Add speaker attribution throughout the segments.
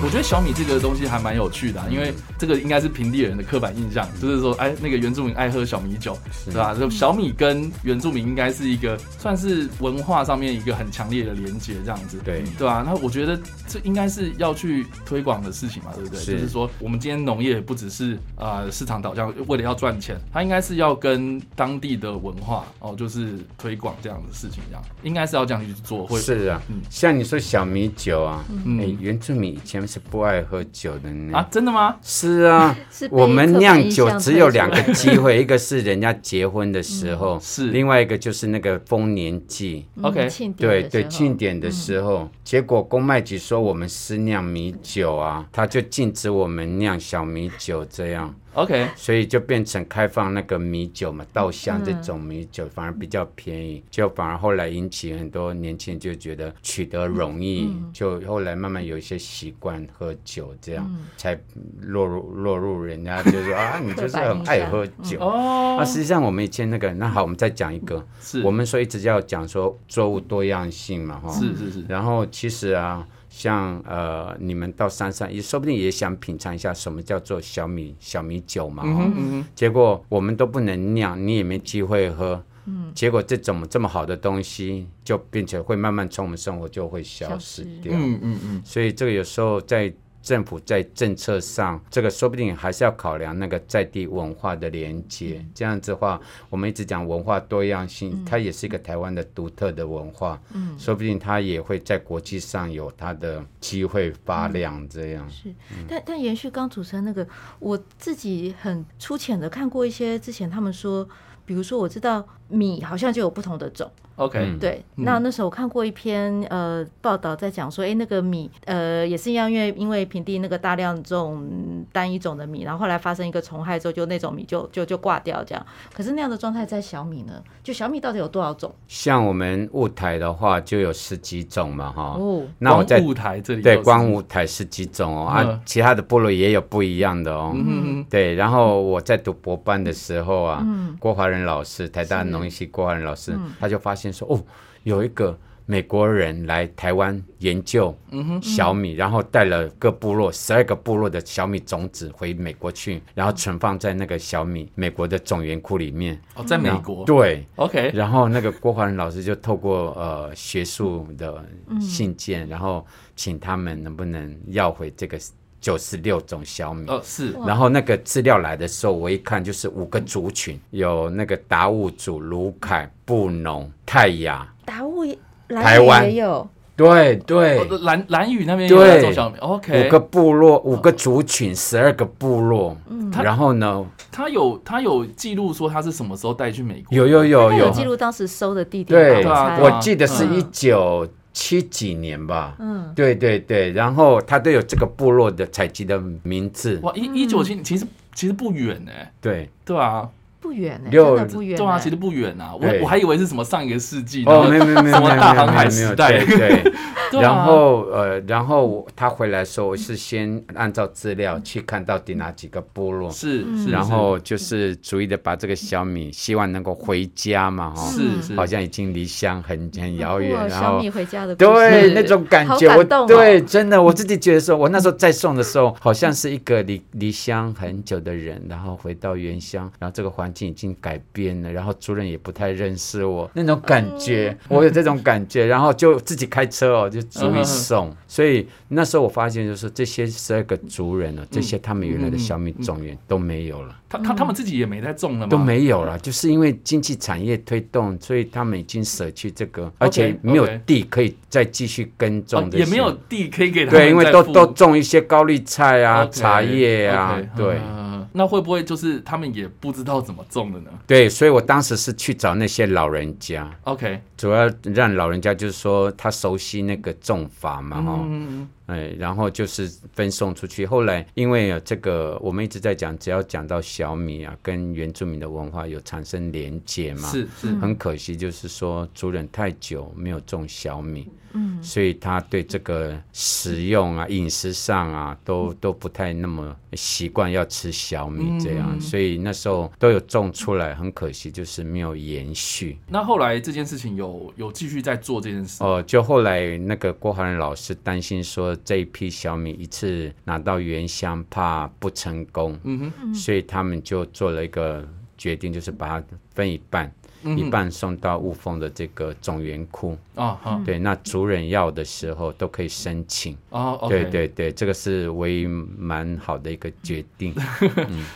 Speaker 1: 我觉得小米这个东西还蛮有趣
Speaker 2: 嗯
Speaker 1: 的、啊，因为这个应该是平地人的刻板印象，就是说，哎，那个原住民爱喝小米酒，对吧？
Speaker 2: 嗯
Speaker 1: 就小米跟原住民应该是一个算是文化上面一个很强烈的连接，这样子，
Speaker 2: 对
Speaker 1: 对吧、那我觉得这应该是要去推广的事情嘛，对不对？
Speaker 2: 是
Speaker 1: 就是说，我们今天农业不只是呃市场导向，为了要赚钱，它应该是要跟当地的文化哦，就是推广这样的事情，这样应该是要这样去做，会嗯
Speaker 2: 是啊，像你说小米酒啊，
Speaker 3: 嗯
Speaker 2: 哎，原住民以前是不爱喝酒的呢。
Speaker 1: 啊，真的吗？
Speaker 2: 是 啊
Speaker 3: 是，被
Speaker 2: 我们酿
Speaker 3: 刻
Speaker 2: 酒
Speaker 3: 板印象
Speaker 2: 只有两个机会，一个是人家结婚的时候，
Speaker 1: 是
Speaker 2: 另外一个就是那个丰年祭，
Speaker 3: 嗯
Speaker 1: OK
Speaker 3: 庆典
Speaker 2: 对对，
Speaker 3: 的时候嗯
Speaker 2: 庆典的时候，结果公卖局说我们私酿米酒啊，他就禁止我们酿小米酒这样，
Speaker 1: OK，
Speaker 2: 所以就变成开放那个米酒嘛，稻香这种米酒、反而比较便宜，就反而后来引起很多年轻人就觉得取得容易，
Speaker 1: 嗯
Speaker 2: 就后来慢慢有一些习惯喝酒，这样、
Speaker 1: 嗯
Speaker 2: 才落入落入人家就说啊，你就是很爱喝酒。
Speaker 1: 哦
Speaker 2: 啊，实际上我们以前那个，那好，我们再讲一个，
Speaker 1: 嗯是
Speaker 2: 我们说一直要讲说作物多样性嘛，哈，
Speaker 1: 是是是，
Speaker 2: 然后其实啊，像呃，你们到山上也说不定也想品尝一下什么叫做小米小米酒嘛、哦
Speaker 1: 嗯哼嗯
Speaker 2: 结果我们都不能酿，你也没机会喝。嗯，结果这种这么好的东西，就并且会慢慢从我们生活就会消失
Speaker 1: 哼
Speaker 2: 掉。
Speaker 1: 嗯嗯嗯，
Speaker 2: 所以这个有时候在政府在政策上，这个说不定还是要考量那个在地文化的连接。这样子的话，我们一直讲文化多样性，它也是一个台湾的独特的文化。嗯，说不定它也会在国际上有它的机会发亮。这样、
Speaker 3: 是，但但延续刚主持人那个，我自己很粗浅的看过一些之前他们说，比如说我知道米好像就有不同的种，
Speaker 2: 嗯
Speaker 1: OK，
Speaker 3: 对，那那时候我看过一篇呃报道，在讲说，哎、那个米呃也是一样，因为因为平地那个大量种单一种的米，然后后来发生一个虫害之后，就那种米就就就挂掉这样。可是那样的状态在小米呢，就小米到底有多少种？
Speaker 2: 像我们雾台的话，就有十几种嘛，哈、
Speaker 3: 哦，
Speaker 2: 那我在
Speaker 1: 光雾台这里
Speaker 2: 对
Speaker 1: 有
Speaker 2: 光舞台十几种哦，
Speaker 1: 嗯
Speaker 2: 啊，其他的部落也有不一样的哦。
Speaker 1: 嗯
Speaker 2: 对，然后我在读博班的时候啊，郭华仁老师，台大农艺系郭华仁老师，
Speaker 1: 嗯
Speaker 2: 他就发现说，哦，有一个美国人来台湾研究
Speaker 1: 嗯
Speaker 2: 小米，然后带了各部落十二个部落的小米种子回美国去，
Speaker 1: 嗯
Speaker 2: 然后存放在那个小米美国的种源库里面。
Speaker 1: 哦，在美
Speaker 2: 然后
Speaker 1: 国
Speaker 2: 对，
Speaker 1: OK，
Speaker 2: 然后那个郭华仁老师就透过呃学术的
Speaker 1: 嗯
Speaker 2: 信件，然后请他们能不能要回这个九十六种小米。
Speaker 1: 哦是
Speaker 2: 然后那个资料来的时候，我一看就是五个族群，有那个达悟族、卢凯、布农、泰雅，
Speaker 3: 达悟也蓝
Speaker 2: 台
Speaker 3: 莓
Speaker 2: 湾
Speaker 3: 也有，
Speaker 2: 对对，
Speaker 1: 哦蓝蓝屿那边有在
Speaker 2: 对
Speaker 1: 种小米 OK，哦
Speaker 2: 五个部落，五个族群，十二个部落。
Speaker 1: 嗯
Speaker 2: 然后呢，
Speaker 1: 他有他有记录说他是什么时候带去美国，
Speaker 2: 有哦有
Speaker 3: 那
Speaker 2: 有
Speaker 3: 有
Speaker 2: 有，
Speaker 3: 记录当时收的地点
Speaker 2: 对，
Speaker 1: 对
Speaker 3: 吧
Speaker 1: 啊
Speaker 3: 我
Speaker 1: 对
Speaker 3: 猜
Speaker 2: 我记得是
Speaker 3: 嗯
Speaker 2: 一九七几年吧。
Speaker 3: 嗯，
Speaker 2: 对对对，然后他都有这个部落的采集的名字，
Speaker 1: 哇一一九七其实其实不远哎，
Speaker 2: 对，
Speaker 1: 对啊
Speaker 3: 不远呢、真
Speaker 2: 六
Speaker 3: 的不远、欸。
Speaker 1: 对啊其实不远啊，我
Speaker 2: 对
Speaker 1: 我还以为是什么上一个世纪
Speaker 2: 哦，
Speaker 1: 然后
Speaker 2: 没有没有没有没有
Speaker 1: 什么
Speaker 2: 没有
Speaker 1: 大航海
Speaker 2: 没有
Speaker 1: 时
Speaker 2: 没有
Speaker 1: 代
Speaker 2: 对对，
Speaker 1: 对啊
Speaker 2: 然后呃，然后我他回来的时候，我是先按照资料去看到底哪几个部落，
Speaker 1: 是是，
Speaker 2: 然后就是逐一的把这个小米，希望能够回家嘛，哈、
Speaker 1: 是是
Speaker 2: 好像已经离乡很很遥
Speaker 3: 哇
Speaker 2: 远，然
Speaker 3: 哦小
Speaker 2: 后
Speaker 3: 米。回家的故
Speaker 2: 对
Speaker 3: 事
Speaker 2: 那种感
Speaker 3: 好
Speaker 2: 觉，
Speaker 3: 感
Speaker 2: 我
Speaker 3: 动哦
Speaker 2: 对真的我自己觉得说，我那时候在送的时候，好像是一个离离乡很久的人，然后回到原乡，然后这个环境已经改变了，然后族人也不太认识我，那种感觉，
Speaker 3: 嗯
Speaker 2: 我有这种感觉，然后就自己开车哦，就逐一送。所以那时候我发现，就是这些十二个族人呢、这
Speaker 3: 嗯
Speaker 2: 些他们原来的小米种源都没有了。
Speaker 1: 他他他们自己也没在种了吗？
Speaker 2: 都没有了，就是因为经济产业推动，所以他们已经舍去这个，而且没有地可以再继续耕
Speaker 1: 哦
Speaker 2: 种这些。
Speaker 1: 也没有地可以给他们
Speaker 2: 对，因为
Speaker 1: 再
Speaker 2: 都
Speaker 1: 复
Speaker 2: 都种一些高丽菜啊、
Speaker 1: OK，哦
Speaker 2: 茶叶啊
Speaker 1: OK，，
Speaker 2: 对
Speaker 1: 嗯。那会不会就是他们也不知道怎么种的呢
Speaker 2: 对，所以我当时是去找那些老人家，
Speaker 1: ？OK，
Speaker 2: 主要让老人家就是说他熟悉那个种法嘛，哈、
Speaker 1: 嗯，
Speaker 2: 哎，然后就是分送出去。后来因为有这个，我们一直在讲，只要讲到小米啊，跟原住民的文化有产生连结嘛。
Speaker 1: 是是，
Speaker 2: 很可惜，就是说主人太久没有种小米，嗯，所以他对这个食用啊、饮食上啊，
Speaker 1: 嗯
Speaker 2: 都都不太那么习惯要吃小米这样，所以那时候都有种出来，很可惜就是没有延续。
Speaker 1: 那后来这件事情有有继续在做这件事，
Speaker 2: 哦，就后来那个郭华仁老师担心说这一批小米一次拿到原乡怕不成功，
Speaker 1: 嗯
Speaker 2: 所以他们就做了一个决定，就是把它分一半，
Speaker 1: 嗯哼，
Speaker 2: 一半送到雾峰的这个种源库。
Speaker 1: 啊啊
Speaker 2: 对，那族人要的时候都可以申请。
Speaker 1: 啊，OK，
Speaker 2: 对对对，这个是唯一蛮好的一个决定。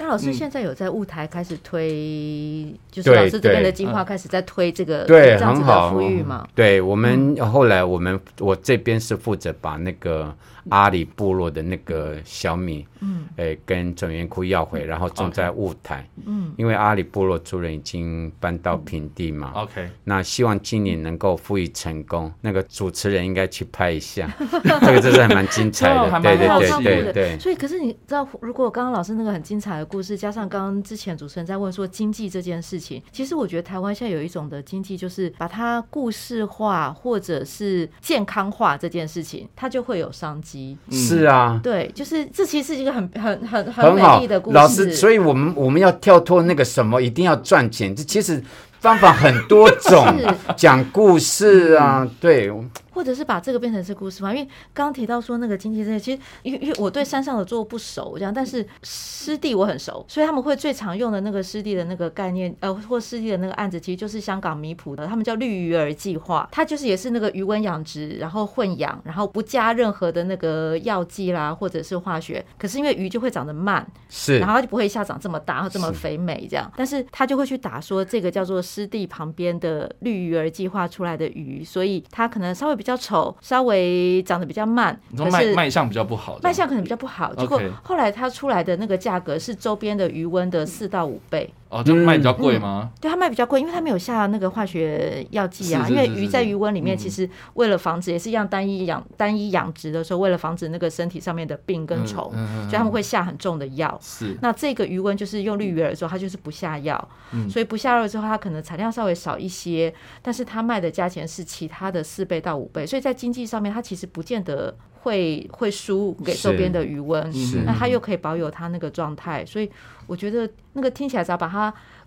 Speaker 3: 那老师现在有在舞台开始推，就是
Speaker 2: 对
Speaker 3: 老师这边的
Speaker 2: 对
Speaker 3: 计划开始在推这个
Speaker 2: 对，
Speaker 3: 这样
Speaker 2: 很
Speaker 3: 子
Speaker 2: 好
Speaker 3: 的。富裕嘛？
Speaker 2: 对我们
Speaker 1: 嗯
Speaker 2: 后来，我们我这边是负责把那个阿里部落的那个小米，嗯，诶、跟整元库要
Speaker 1: 嗯
Speaker 2: 回，然后种在雾台。嗯，因为阿里部落族人已经搬到平地嘛，
Speaker 1: ，OK，
Speaker 2: 那希望今年能够富裕成功。那个主持人应该去拍一下， 这个真是还蛮精彩
Speaker 1: 这样还
Speaker 2: 的。
Speaker 1: 蛮
Speaker 2: 对对
Speaker 1: 好
Speaker 2: 对
Speaker 1: 奇
Speaker 2: 对
Speaker 3: 的
Speaker 2: 对。
Speaker 3: 所以，可是你知道，如果刚刚老师那个很精彩的故事，加上刚刚之前主持人在问说经济这件事情，其实我觉得台湾现在有一种的经济，就是把它故事化或者是健康化这件事情，它就会有商机。
Speaker 1: 嗯
Speaker 2: 是啊，
Speaker 3: 对，就是这其实是一个很很很
Speaker 2: 很
Speaker 3: 美
Speaker 2: 好
Speaker 3: 丽的故，事。
Speaker 2: 老师，所以我们我们要跳脱那个什么，一定要赚钱。这其实方法很多种
Speaker 3: 是，嗯
Speaker 2: 讲故事啊，对，
Speaker 3: 或者是把这个变成是故事化，因为刚刚提到说那个经济这些，其实因为因为我对山上的作物不熟，这样，但是湿地我很熟，所以他们会最常用的那个湿地的那个概念，呃，或湿地的那个案子，其实就是香港米埔的，他们叫绿鱼儿计划，它就是也是那个鱼温养殖，然后混养，然后不加任何的那个药剂啦，或者是化学，可是因为鱼就会长得慢，
Speaker 2: 是
Speaker 3: 然后它就不会一下长这么大，然后这么肥美这样。但是他就会去打说这个叫做湿地旁边的绿鱼儿计划出来的鱼，所以它可能稍微比较丑，稍微长得比较慢，
Speaker 1: 你说
Speaker 3: 可
Speaker 1: 卖
Speaker 3: 是
Speaker 1: 卖相比较不好，
Speaker 3: 卖相可能比较不好。结果
Speaker 1: OK
Speaker 3: 后来它出来的那个价格是周边的鱼温的四到五倍。
Speaker 1: 哦，就卖比较
Speaker 2: 嗯
Speaker 1: 贵吗？
Speaker 3: 对它卖比较贵，因为它没有下那个化学药剂啊。
Speaker 1: 是是是
Speaker 3: 因为
Speaker 1: 是嗯
Speaker 3: 鱼在鱼温里面，其实为了防止，也是一样单一养单一养殖的时候，为了防止那个身体上面的病跟虫，
Speaker 1: 嗯嗯嗯
Speaker 3: 所以他们会下很重的药。
Speaker 1: 是
Speaker 3: 那这个余温就是用绿鱼饵的时候，它就是不下药，所以不下药之后，它可能产量稍微少一些，但是它卖的价钱是其他的四倍到五倍，所以在经济上面，它其实不见得会会输给
Speaker 2: 是
Speaker 3: 周边的余温
Speaker 1: 是，
Speaker 3: 那它又可以保有它那个状态，所以我觉得那个听起来只要把它。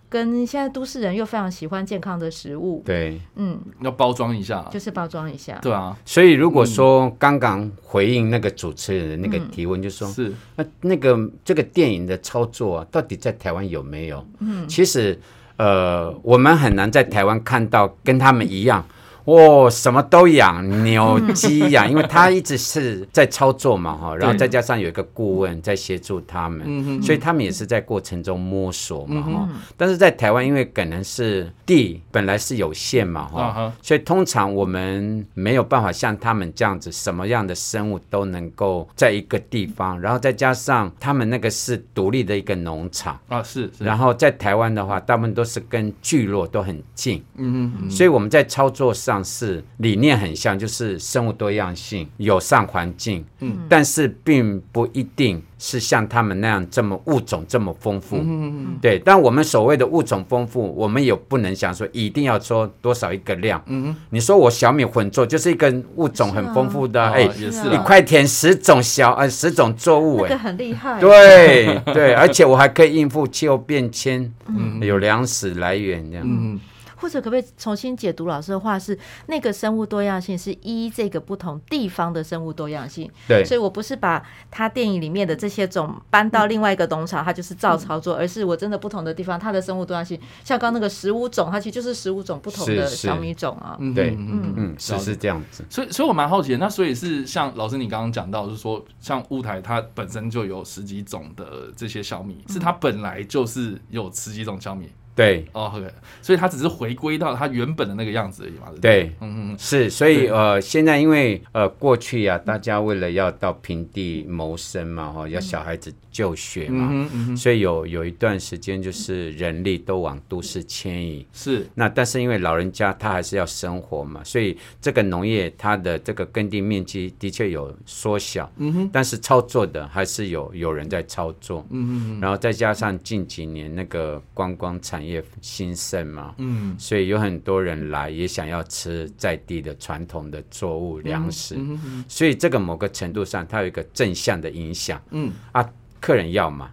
Speaker 3: 跟现在都市人又非常喜欢健康的食物，
Speaker 2: 对。
Speaker 3: 嗯，
Speaker 1: 要包装一下，
Speaker 3: 就是包装一下，
Speaker 1: 对啊，
Speaker 2: 所以如果说刚刚回应那个主持人的那个
Speaker 3: 嗯
Speaker 2: 提问，就说
Speaker 1: 是
Speaker 2: 那那个这个电影的操作啊，到底在台湾有没有？嗯，其实呃，我们很难在台湾看到跟他们一样。哦，什么都养，牛、鸡养，因为他一直是在操作嘛，哈，然后再加上有一个顾问在协助他
Speaker 1: 嗯
Speaker 2: 们，所以他们也是在过程中摸索嘛，哈。但是在台湾，因为可能是地本来是有限嘛，
Speaker 1: 啊
Speaker 2: 哈，
Speaker 1: 哈，
Speaker 2: 所以通常我们没有办法像他们这样子，什么样的生物都能够在一个地方，然后再加上他们那个是独立的一个农场，
Speaker 1: 啊是是，
Speaker 2: 然后在台湾的话，大部分都是跟聚落都很近，
Speaker 1: 嗯嗯
Speaker 2: 所以我们在操作上是理念很像，就是生物多样性、友善环境，嗯，但是并不一定是像他们那样这么物种这么丰富，
Speaker 1: 嗯嗯
Speaker 2: 对，但我们所谓的物种丰富，我们也不能想说一定要说多少一个量。
Speaker 1: 嗯嗯，
Speaker 2: 你说我小米混作就是一个物种很丰富的啊，哎、
Speaker 1: 哦也是
Speaker 3: 啊
Speaker 2: 一
Speaker 1: 啦，
Speaker 2: 块田十种小呃十种作物、
Speaker 3: 那
Speaker 2: 哎、
Speaker 3: 个很厉害，
Speaker 2: 对对，而且我还可以应付气候变迁，有粮食来源这样。
Speaker 1: 嗯
Speaker 3: 或者可不可以重新解读老师的话是，那个生物多样性是依这个不同地方的生物多样性，
Speaker 2: 对
Speaker 3: 所以我不是把他电影里面的这些种搬到另外一个农场，它就是照操
Speaker 2: 嗯
Speaker 3: 作，而是我真的不同的地方，它的生物多样性，像刚那个十五种，它其实就是十五种不同的
Speaker 2: 是是
Speaker 3: 小米种啊。
Speaker 1: 嗯
Speaker 2: 对
Speaker 1: 嗯嗯。
Speaker 2: 嗯，是是这样子。
Speaker 1: 所以，所以我蛮好奇的。那所以是像老师你刚刚讲到，就是说像雾台它本身就有十几种的这些小米，是它本来就是有十几种小米，
Speaker 2: 对
Speaker 1: 哦，OK，所以它只是回归到它原本的那个样子而已嘛。对不对，
Speaker 2: 对，
Speaker 1: 嗯嗯
Speaker 2: 是，所以
Speaker 1: 对
Speaker 2: 呃，现在因为呃，过去呀、大家为了要到平地谋生嘛，哈、要小孩子就学
Speaker 1: 嗯
Speaker 2: 嘛，
Speaker 1: 哼嗯哼，
Speaker 2: 所以有有一段时间就是人力都往都市迁移。
Speaker 1: 是
Speaker 2: 那但是因为老人家他还是要生活嘛，所以这个农业它的这个耕地面积的确有缩小，
Speaker 1: 嗯哼
Speaker 2: 但是操作的还是有有人在操作，
Speaker 1: 嗯嗯
Speaker 2: 然后再加上近几年那个观光产业兴盛嘛，
Speaker 1: 嗯
Speaker 2: 所以有很多人来也想要吃在地的传统的作物粮食，
Speaker 1: 嗯哼
Speaker 2: 所以这个某个程度上它有一个正向的影响
Speaker 1: 嗯
Speaker 2: 啊，客人要嘛。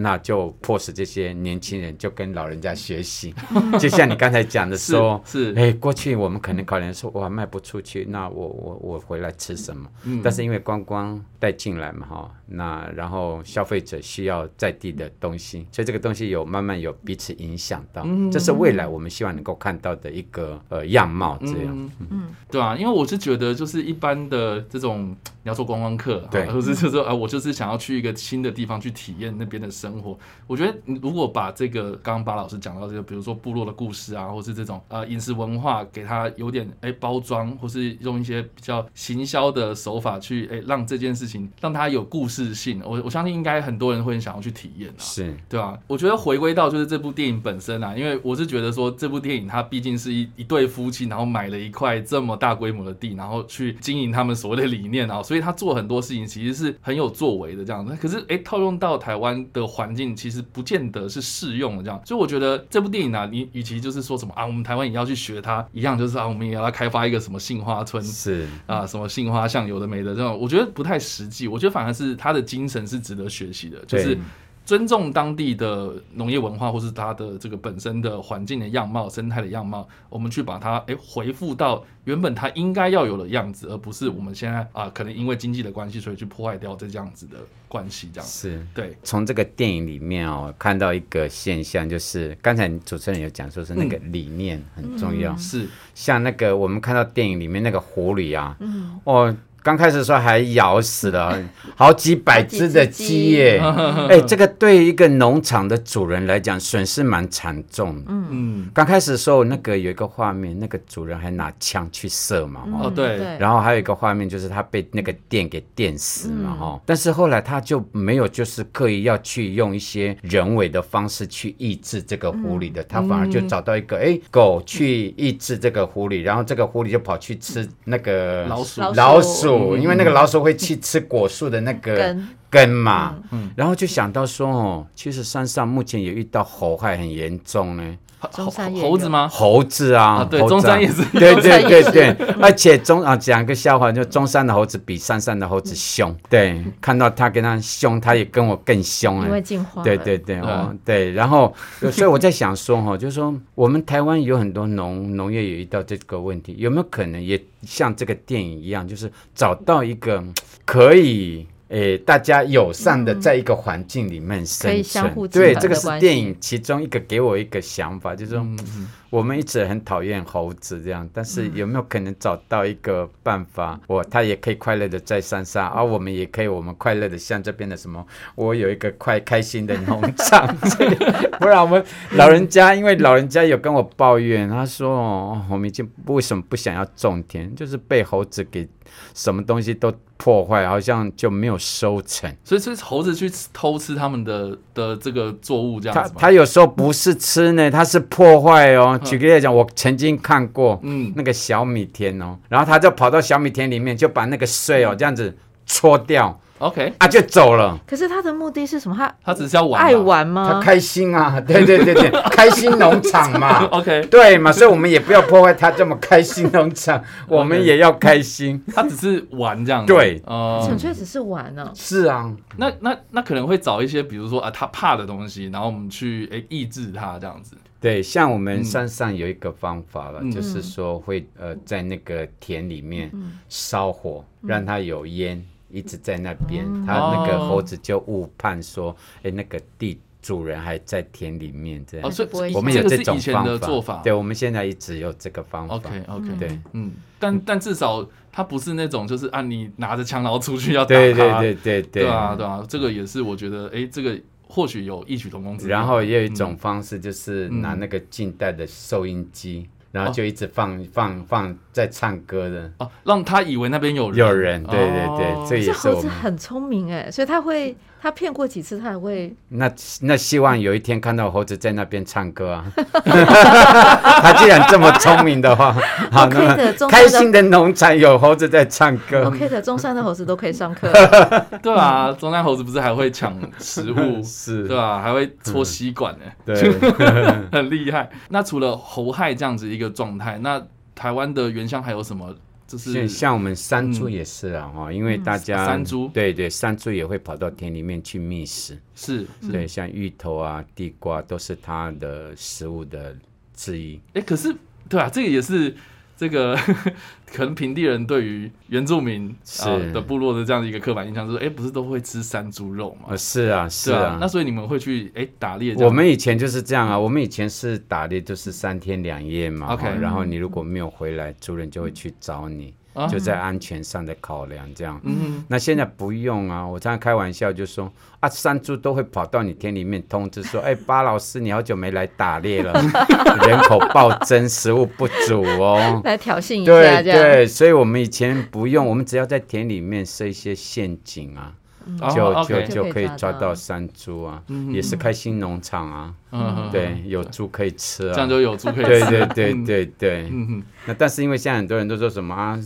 Speaker 2: 那就迫使这些年轻人就跟老人家 学习，就像你刚才讲的
Speaker 1: 嗯，
Speaker 2: 说，
Speaker 1: 是是
Speaker 2: 哎，过去我们可能考量说，哇，卖不出去，那我我我回来吃什么？
Speaker 1: 嗯
Speaker 2: 但是因为观光带进来嘛，哈，那然后消费者需要在地的东西，所以这个东西有慢慢有彼此影响到，
Speaker 1: 嗯
Speaker 2: 这是未来我们希望能够看到的一个呃样貌这样。
Speaker 1: 嗯，嗯对啊，因为我是觉得，就是一般的这种你要做观光客，
Speaker 2: 对
Speaker 1: 或者是说啊，我 就是想要去一个新的地方去体验那边的生活。我觉得你如果把这个刚刚巴老师讲到这个，比如说部落的故事啊，或是这种呃饮食文化，给它有点哎包装，或是用一些比较行销的手法去哎让这件事情让它有故事性，我我相信应该很多人会很想要去体验啊。
Speaker 2: 是，
Speaker 1: 对啊，我觉得回归到就是这部电影本身啊，因为我是觉得说这部电影它毕竟是一一对夫妻，然后买了一块这么大规模的地，然后去经营他们所谓的理念啊，所以他做很多事情其实是很有作为的这样子。可是诶，套用到台湾的环境，其实不见得是适用的这样。所以我觉得这部电影啊，你与其就是说什么啊，我们台湾也要去学它，一样就是啊，我们也要来开发一个什么杏花村，
Speaker 2: 是
Speaker 1: 啊，
Speaker 3: 嗯
Speaker 1: 什么杏花巷有的没的这种，我觉得不太实际。我觉得反而是他的精神是值得学习的，就
Speaker 2: 对
Speaker 1: 是尊重当地的农业文化，或是它的这个本身的环境的样貌、生态的样貌，我们去把它诶回复到原本它应该要有的样子，而不是我们现在啊可能因为经济的关系，所以去破坏掉这样子的关系，这样子。
Speaker 2: 是。
Speaker 1: 对，
Speaker 2: 从这个电影里面哦，看到一个现象，就是刚才主持人有讲说是那个理念很重要，
Speaker 1: 是
Speaker 2: 像那个我们看到电影里面那个狐狸啊，嗯，哦，刚开始说还咬死了 好几百只的鸡耶，哎，这个对一个农场的主人来讲损失蛮惨重的。
Speaker 1: 嗯，
Speaker 2: 刚开始的时候，那个有一个画面，那个主人还拿枪去射嘛，哦
Speaker 3: 嗯
Speaker 1: 哦对
Speaker 2: 然后还有一个画面就是他被那个电给电死嘛，哈、但是后来他就没有就是刻意要去用一些人为的方式去抑制这个狐狸的，他反而就找到一个哎狗去抑制这个狐狸，然后这个狐狸就跑去吃那个
Speaker 1: 老鼠
Speaker 3: 老鼠
Speaker 2: 老鼠，嗯因为那个老鼠会去吃果树的那个
Speaker 3: 根
Speaker 2: 根嘛，然后就想到说哦，其实山上目前也遇到猴害很严重呢，
Speaker 1: 猴
Speaker 3: 中山也
Speaker 1: 猴子
Speaker 3: 有
Speaker 1: 吗？
Speaker 2: 猴子啊，
Speaker 1: 啊对
Speaker 2: 猴子
Speaker 1: 中山也是
Speaker 2: 对对对
Speaker 3: 中山
Speaker 2: 对，而且中啊讲个笑话，就中山的猴子比山上的猴子凶，对，看到他跟他凶，他也跟我更凶
Speaker 3: 因为
Speaker 2: 哎。
Speaker 3: 进化了
Speaker 2: 对对
Speaker 1: 对
Speaker 2: 对，
Speaker 1: 啊
Speaker 2: 哦对，然后所以我在想说 哈，就是说我们台湾有很多农农业也遇到这个问题，有没有可能也像这个电影一样，就是找到一个嗯可以诶大家友善的在一个环境里面生存？
Speaker 3: 嗯可以相互
Speaker 2: 对，
Speaker 3: 竞争
Speaker 2: 这个
Speaker 3: 的
Speaker 2: 是
Speaker 3: 关系
Speaker 2: 电影其中一个给我一个想法，就是说
Speaker 1: 嗯嗯
Speaker 2: 我们一直很讨厌猴子这样，但
Speaker 3: 嗯
Speaker 2: 是有没有可能找到一个办法，我他也可以快乐的在山
Speaker 3: 嗯
Speaker 2: 上，而、我们也可以我们快乐的像这边的什么，我有一个快开心的农场，所以 不然我们老人家，因为老人家有跟我抱怨，他说哦，我们已经为什么不想要种田，就是被猴子给什么东西都破坏，好像就没有收成。
Speaker 1: 所以是猴子去偷吃他们的的这个作物这样
Speaker 2: 他
Speaker 1: 子吗？
Speaker 2: 他有时候不是吃呢，他是破坏哦。举个例来讲，我曾经看过，
Speaker 1: 嗯
Speaker 2: 那个小米田哦，然后他就跑到小米田里面，就把那个穗
Speaker 1: 嗯
Speaker 2: 哦这样子搓掉
Speaker 1: ，OK，
Speaker 2: 啊，就走了。
Speaker 3: 可是他的目的是什么？他
Speaker 1: 他只是要玩嘛，
Speaker 3: 爱玩
Speaker 2: 他
Speaker 3: 吗？
Speaker 2: 开 心啊，对对对对，开心农场 嘛，
Speaker 1: ，OK，
Speaker 2: 对嘛，所以我们也不要破坏他这么开心农场，我们也要开心。
Speaker 1: 他只是玩这样子。
Speaker 2: 对
Speaker 1: 哦、
Speaker 3: 纯粹只是玩呢。
Speaker 2: 是啊，
Speaker 1: 那那那可能会找一些，比如说啊，他怕的东西，然后我们去诶、抑制他这样子。
Speaker 2: 对，像我们山上有一个方法了，
Speaker 1: 嗯
Speaker 2: 就是说会呃在那个田里面
Speaker 1: 嗯
Speaker 2: 烧火，让它有烟一直在那边，它那个
Speaker 1: 哦
Speaker 2: 猴子就误判说，哎，那个地主人还在田里面这样
Speaker 1: 哦，。所
Speaker 3: 不会
Speaker 1: 以
Speaker 3: 以
Speaker 2: 我们有
Speaker 1: 这个是
Speaker 2: 种
Speaker 1: 以前
Speaker 2: 方
Speaker 1: 的做法。
Speaker 2: 对，我们现在一直有这个方法。
Speaker 1: ，OK OK，
Speaker 2: 对
Speaker 1: 嗯，但但至少他不是那种就是啊，你拿着枪然后出去要打他，
Speaker 2: 对对对对
Speaker 1: 对啊对啊，这个也是我觉得诶、这个。或许有异曲同工之妙。
Speaker 2: 然后也有一种方式，就是
Speaker 1: 嗯
Speaker 2: 拿那个近代的收音机，然后就一直放放放在唱歌的。
Speaker 1: 哦、让他以为那边有人
Speaker 2: 有人，对对
Speaker 1: 哦
Speaker 2: 对，这
Speaker 3: 这
Speaker 2: 也是
Speaker 3: 猴
Speaker 2: 我
Speaker 3: 子
Speaker 2: 们
Speaker 3: 很聪明哎，所以他会他骗过几次，他 还会
Speaker 2: 那那希望有一天看到猴子在那边唱歌啊。 他既然这么聪明的 话，好，
Speaker 3: OK
Speaker 2: 那
Speaker 3: 的中
Speaker 2: 么
Speaker 3: 山的
Speaker 2: 开心的农场有猴子在唱
Speaker 1: 嗯
Speaker 2: 歌，，
Speaker 3: OK 的。中山的猴子都可以上课，
Speaker 1: 对啊，中山猴子不是还会抢食物
Speaker 2: 是嗯
Speaker 1: 对啊，还会搓吸管欸呢、
Speaker 2: 对，
Speaker 1: 很厉害。那除了猴害这样子一个状态，那台湾的原乡还有什么？就是
Speaker 2: 像像我们山猪也是啊，哈，因为大家
Speaker 1: 嗯山猪
Speaker 2: 对对，山猪也会跑到田里面去觅食，
Speaker 1: 是是
Speaker 2: 对，像芋头啊、地瓜都是它的食物的之一。
Speaker 1: 哎、可是对啊，这个也是 这个可能平地人对于原住民啊、
Speaker 2: 是
Speaker 1: 的部落的这样的一个刻板印象，就是哎、诶不是都会吃山猪肉吗
Speaker 2: 呃，？是啊，是
Speaker 1: 对啊，
Speaker 2: 啊
Speaker 1: 那。所以你们会去哎、诶打猎这样？
Speaker 2: 我们以前就是这样啊，我们以前是打猎就是三天两夜嘛
Speaker 1: OK
Speaker 2: 哈然后你如果没有回来，主人就会去找你，
Speaker 1: 啊
Speaker 2: 就在安全上的考量这样。
Speaker 1: 嗯
Speaker 2: 那现在不用啊，我常常开玩笑就说啊，山猪都会跑到你田里面通知说，哎，巴老师你好久没来打猎 了，人口暴增，食物不足 哦。
Speaker 3: 来挑衅一下
Speaker 2: 对
Speaker 3: 这样。
Speaker 2: 对，所以我们以前不用，我们只要在田里面设一些陷阱啊，
Speaker 1: 哦
Speaker 2: 就就
Speaker 1: OK
Speaker 2: 就可以抓
Speaker 3: 就可以抓
Speaker 2: 到
Speaker 3: 到
Speaker 2: 山猪啊，也是开心农场啊，
Speaker 1: 嗯，
Speaker 2: 对，有猪可以吃啊，
Speaker 1: 这样就有猪可以
Speaker 2: 对
Speaker 1: 吃
Speaker 2: 对
Speaker 1: 了
Speaker 2: 对
Speaker 1: 嗯
Speaker 2: 对对。
Speaker 1: 嗯哼，
Speaker 2: 那但是因为现在很多人都说什么啊，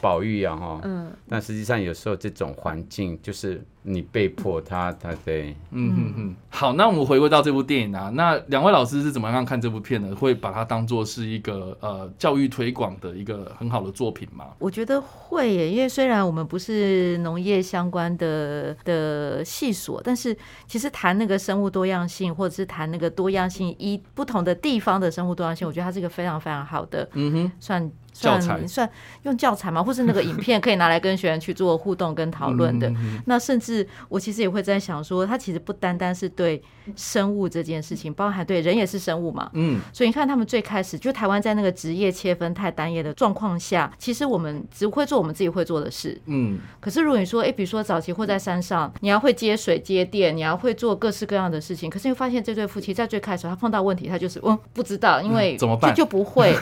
Speaker 2: 保育啊哈，
Speaker 3: 嗯，
Speaker 2: 但实际上有时候这种环境就是你被迫他他对，
Speaker 1: 嗯哼哼，好，那我们回归到这部电影啊，那两位老师是怎么样看这部片的？会把它当做是一个呃教育推广的一个很好的作品吗？
Speaker 3: 我觉得会耶，因为虽然我们不是农业相关的的系所，但是其实谈那个生物多样性，或者是谈那个多样性一不同的地方的生物多样性，我觉得它是一个非常非常好的，
Speaker 1: 嗯哼，
Speaker 3: 算
Speaker 1: 教
Speaker 3: 算
Speaker 1: 材
Speaker 3: 算用教材嘛，或是那个影片可以拿来跟学员去做互动跟讨论
Speaker 1: 嗯
Speaker 3: 的。那甚至我其实也会在想说，它其实不单单是对生物这件事情，包含对人也是生物嘛，
Speaker 1: 嗯，
Speaker 3: 所以你看，他们最开始就台湾在那个职业切分太单一的状况下，其实我们只会做我们自己会做的事。
Speaker 1: 嗯，
Speaker 3: 可是如果你说，诶，比如说早期会在山上，你要会接水、接电，你要会做各式各样的事情。可是你会发现这对夫妻在最开始他碰到问题，他就是嗯不知道，因为
Speaker 1: 嗯怎么办
Speaker 3: 就就 不会。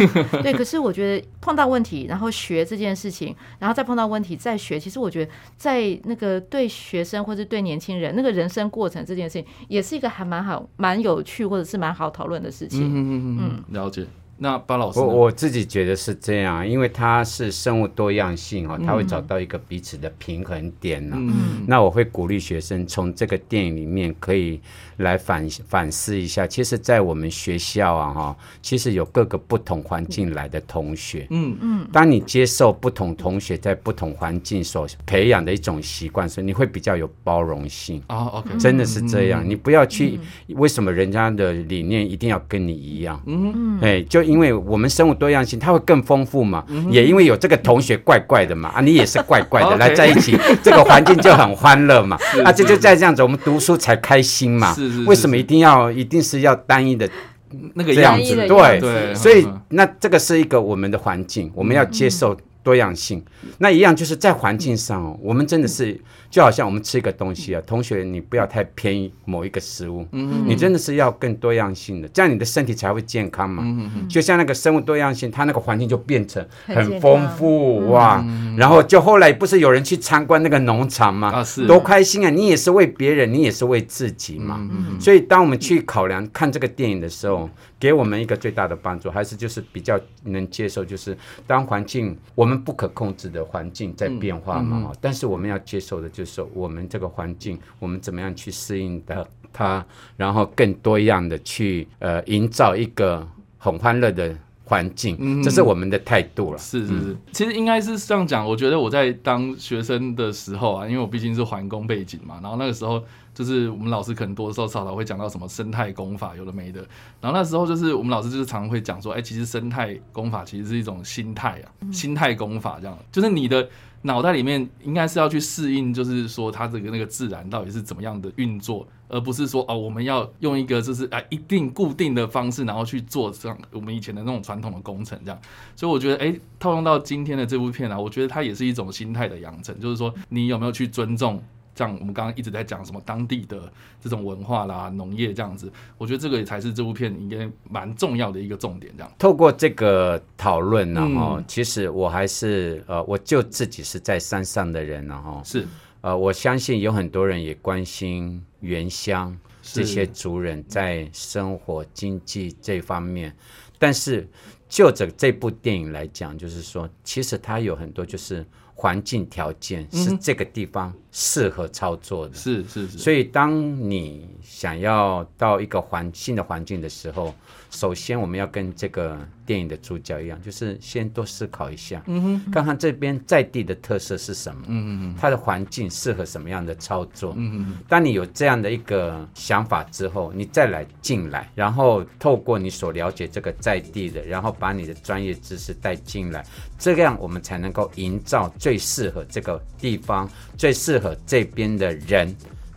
Speaker 3: 对，可是我觉得碰到问题，然后学这件事情，然后再碰到问题再学，其实我觉得在那个对学生或者对年轻人那个人生过程这件事情，也是一个还蛮好、蛮有趣或者是蛮好讨论的事情。
Speaker 1: 嗯嗯嗯，了解。那巴老师
Speaker 2: 我
Speaker 1: 呢，
Speaker 2: 我自己觉得是这样，因为它是生物多样性哦，它会找到一个彼此的平衡点呢、啊
Speaker 1: 嗯，
Speaker 2: 那我会鼓励学生从这个电影里面可以来反反思一下，其实，在我们学校啊，哈，其实有各个不同环境来的同学，
Speaker 1: 嗯
Speaker 2: 嗯，当你接受不同同学在不同环境所培养的一种习惯时，你会比较有包容性。
Speaker 1: 啊，OK，
Speaker 2: 真的是
Speaker 1: 嗯
Speaker 2: 这样，你不要去、为什么人家的理念一定要跟你一样？嗯，哎，就因为我们生物多样性，它会更丰富嘛。
Speaker 1: 嗯
Speaker 2: 也因为有这个同学怪怪的嘛，啊，你也是怪怪的，
Speaker 1: OK
Speaker 2: 来在一起，这个环境就很欢 乐嘛。啊，这就再这样子，我们读书才开心嘛。
Speaker 1: 是是是
Speaker 2: 为什么一定要一定是要单一的
Speaker 1: 嗯那个
Speaker 2: 这
Speaker 1: 样
Speaker 2: 样
Speaker 1: 子，
Speaker 2: 子？
Speaker 3: 的
Speaker 2: 对
Speaker 3: 样子
Speaker 1: 对，
Speaker 2: 所以
Speaker 1: 嗯
Speaker 2: 那这个是一个我们的环境，我们要接受多样性。那一样就是在环境上哦，我们真的是就好像我们吃一个东西啊，同学你不要太偏于某一个食物，
Speaker 1: 嗯
Speaker 2: 你真的是要更多样性的，这样你的身体才会健康嘛。
Speaker 1: 嗯
Speaker 2: 就像那个生物多样性，它那个环境就变成
Speaker 3: 很
Speaker 2: 很
Speaker 3: 健
Speaker 2: 丰
Speaker 3: 康
Speaker 1: 嗯
Speaker 2: 富哇。然后就后来不是有人去参观那个农场吗？
Speaker 1: 啊是嗯
Speaker 2: 多开心啊！你也是为别人，你也是为自己嘛。所以，当我们去考量看这个电影的时候，给我们一个最大的帮助，还是就是比较能接受，就是当环境我们不可控制的环境在变化嘛，哦但是我们要接受的就是说我们这个环境，我们怎么样去适应的它，然后更多样的去呃营造一个很欢乐的环境，这是我们的态度了。
Speaker 1: 是是是，其实应该是这样讲。我觉得我在当学生的时候啊，因为我毕竟是环工背景嘛，然后那个时候就是我们老师可能多多少少会讲到什么生态工法，有的没的。然后那时候就是我们老师就是常会讲说，哎、其实生态工法其实是一种心态啊，心态工法这样，就是你的。脑袋里面应该是要去适应，就是说它这个那个自然到底是怎么样的运作，而不是说哦，我们要用一个就是啊一定固定的方式，然后去做这样我们以前的那种传统的工程这样。所以我觉得，哎、套用到今天的这部片啊，我觉得它也是一种心态的养成，就是说你有没有去尊重这样我们刚刚一直在讲什么当地的这种文化啦、农业这样子，我觉得这个也才是这部片应该蛮重要的一个重点。这样，
Speaker 2: 透过这个讨论呢，
Speaker 1: 嗯
Speaker 2: 哈、其实我还是呃，我就自己是在山上的人呢，哈，
Speaker 1: 是
Speaker 2: 呃，我相信有很多人也关心原乡
Speaker 1: 是
Speaker 2: 这些族人在生活经济这方面，但是就着这部电影来讲，就是说，其实它有很多就是环境条件是这个地方适合操作的。
Speaker 1: 是是是，
Speaker 2: 所以，当你想要到一个环新的环境的时候，首先我们要跟这个电影的主角一样，就是先多思考一下，嗯哼，看看这边在地的特色是什么，嗯嗯，它的环境适合什么样的操作，嗯嗯。当你有这样的一个想法之后，你再来进来，然后透过你所了解这个在地的，然后把你的专业知识带进来，这样我们才能够营造最适合这个地方、最适合这边的人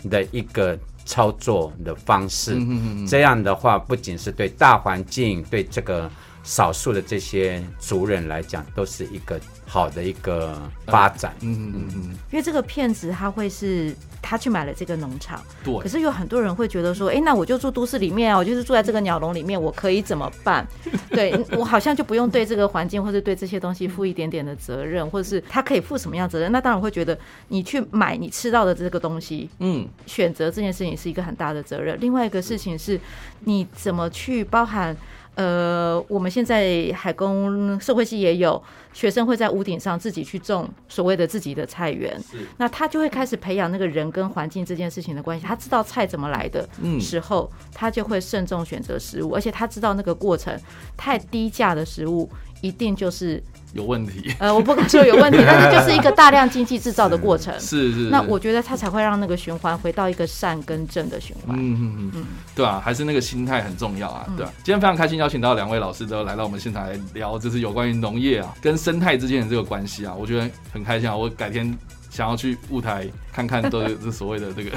Speaker 2: 的一个操作的方式。这样的话，不仅是对大环境，对这个。少数的这些族人来讲，都是一个好的一个发展。
Speaker 1: 嗯嗯嗯，
Speaker 3: 因为这个骗子他会是他去买了这个农场，可
Speaker 1: 对，
Speaker 3: 是有很多人会觉得说，哎，那我就住都市里面啊，我就是住在这个鸟笼里面，我可以怎么办？对我好像就不用对这个环境或者对这些东西负一点点的责任，或者是他可以负什么样责任？那当然会觉得你去买你吃到的这个东西，
Speaker 1: 嗯
Speaker 3: 选择这件事情是一个很大的责任。另外一个事情是，你怎么去包含。呃，我们现在海工社会系也有学生会在屋顶上自己去种所谓的自己的菜园，那他就会开始培养那个人跟环境这件事情的关系。他知道菜怎么来的
Speaker 1: 嗯
Speaker 3: 时候，他就会慎重选择食物，而且他知道那个过程，太低价的食物一定就是
Speaker 1: 有问题，
Speaker 3: 呃，我不敢说有问题，但是就是一个大量经济制造的过程。
Speaker 1: 是是。
Speaker 3: 那
Speaker 1: 是
Speaker 3: 我觉得它才会让那个循环回到一个善跟正的循环。
Speaker 1: 嗯嗯嗯，对啊，还是那个心态很重要啊，对啊。今天非常开心邀请到两位老师都来到我们现场来聊，就是有关于农业啊跟生态之间的这个关系啊，我觉得很开心啊。我改天想要去雾台看看，都 是这所谓的这个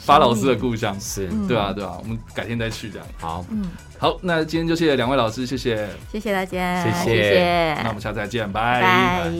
Speaker 1: 发老师的故乡，
Speaker 2: 是，
Speaker 1: 对啊对啊，我们改天再去这样。
Speaker 2: 好，
Speaker 1: 好，那今天就谢谢两位老师，谢谢，
Speaker 3: 谢谢大家，
Speaker 2: 谢谢
Speaker 3: 谢
Speaker 1: 那我们下次再见，
Speaker 3: 拜。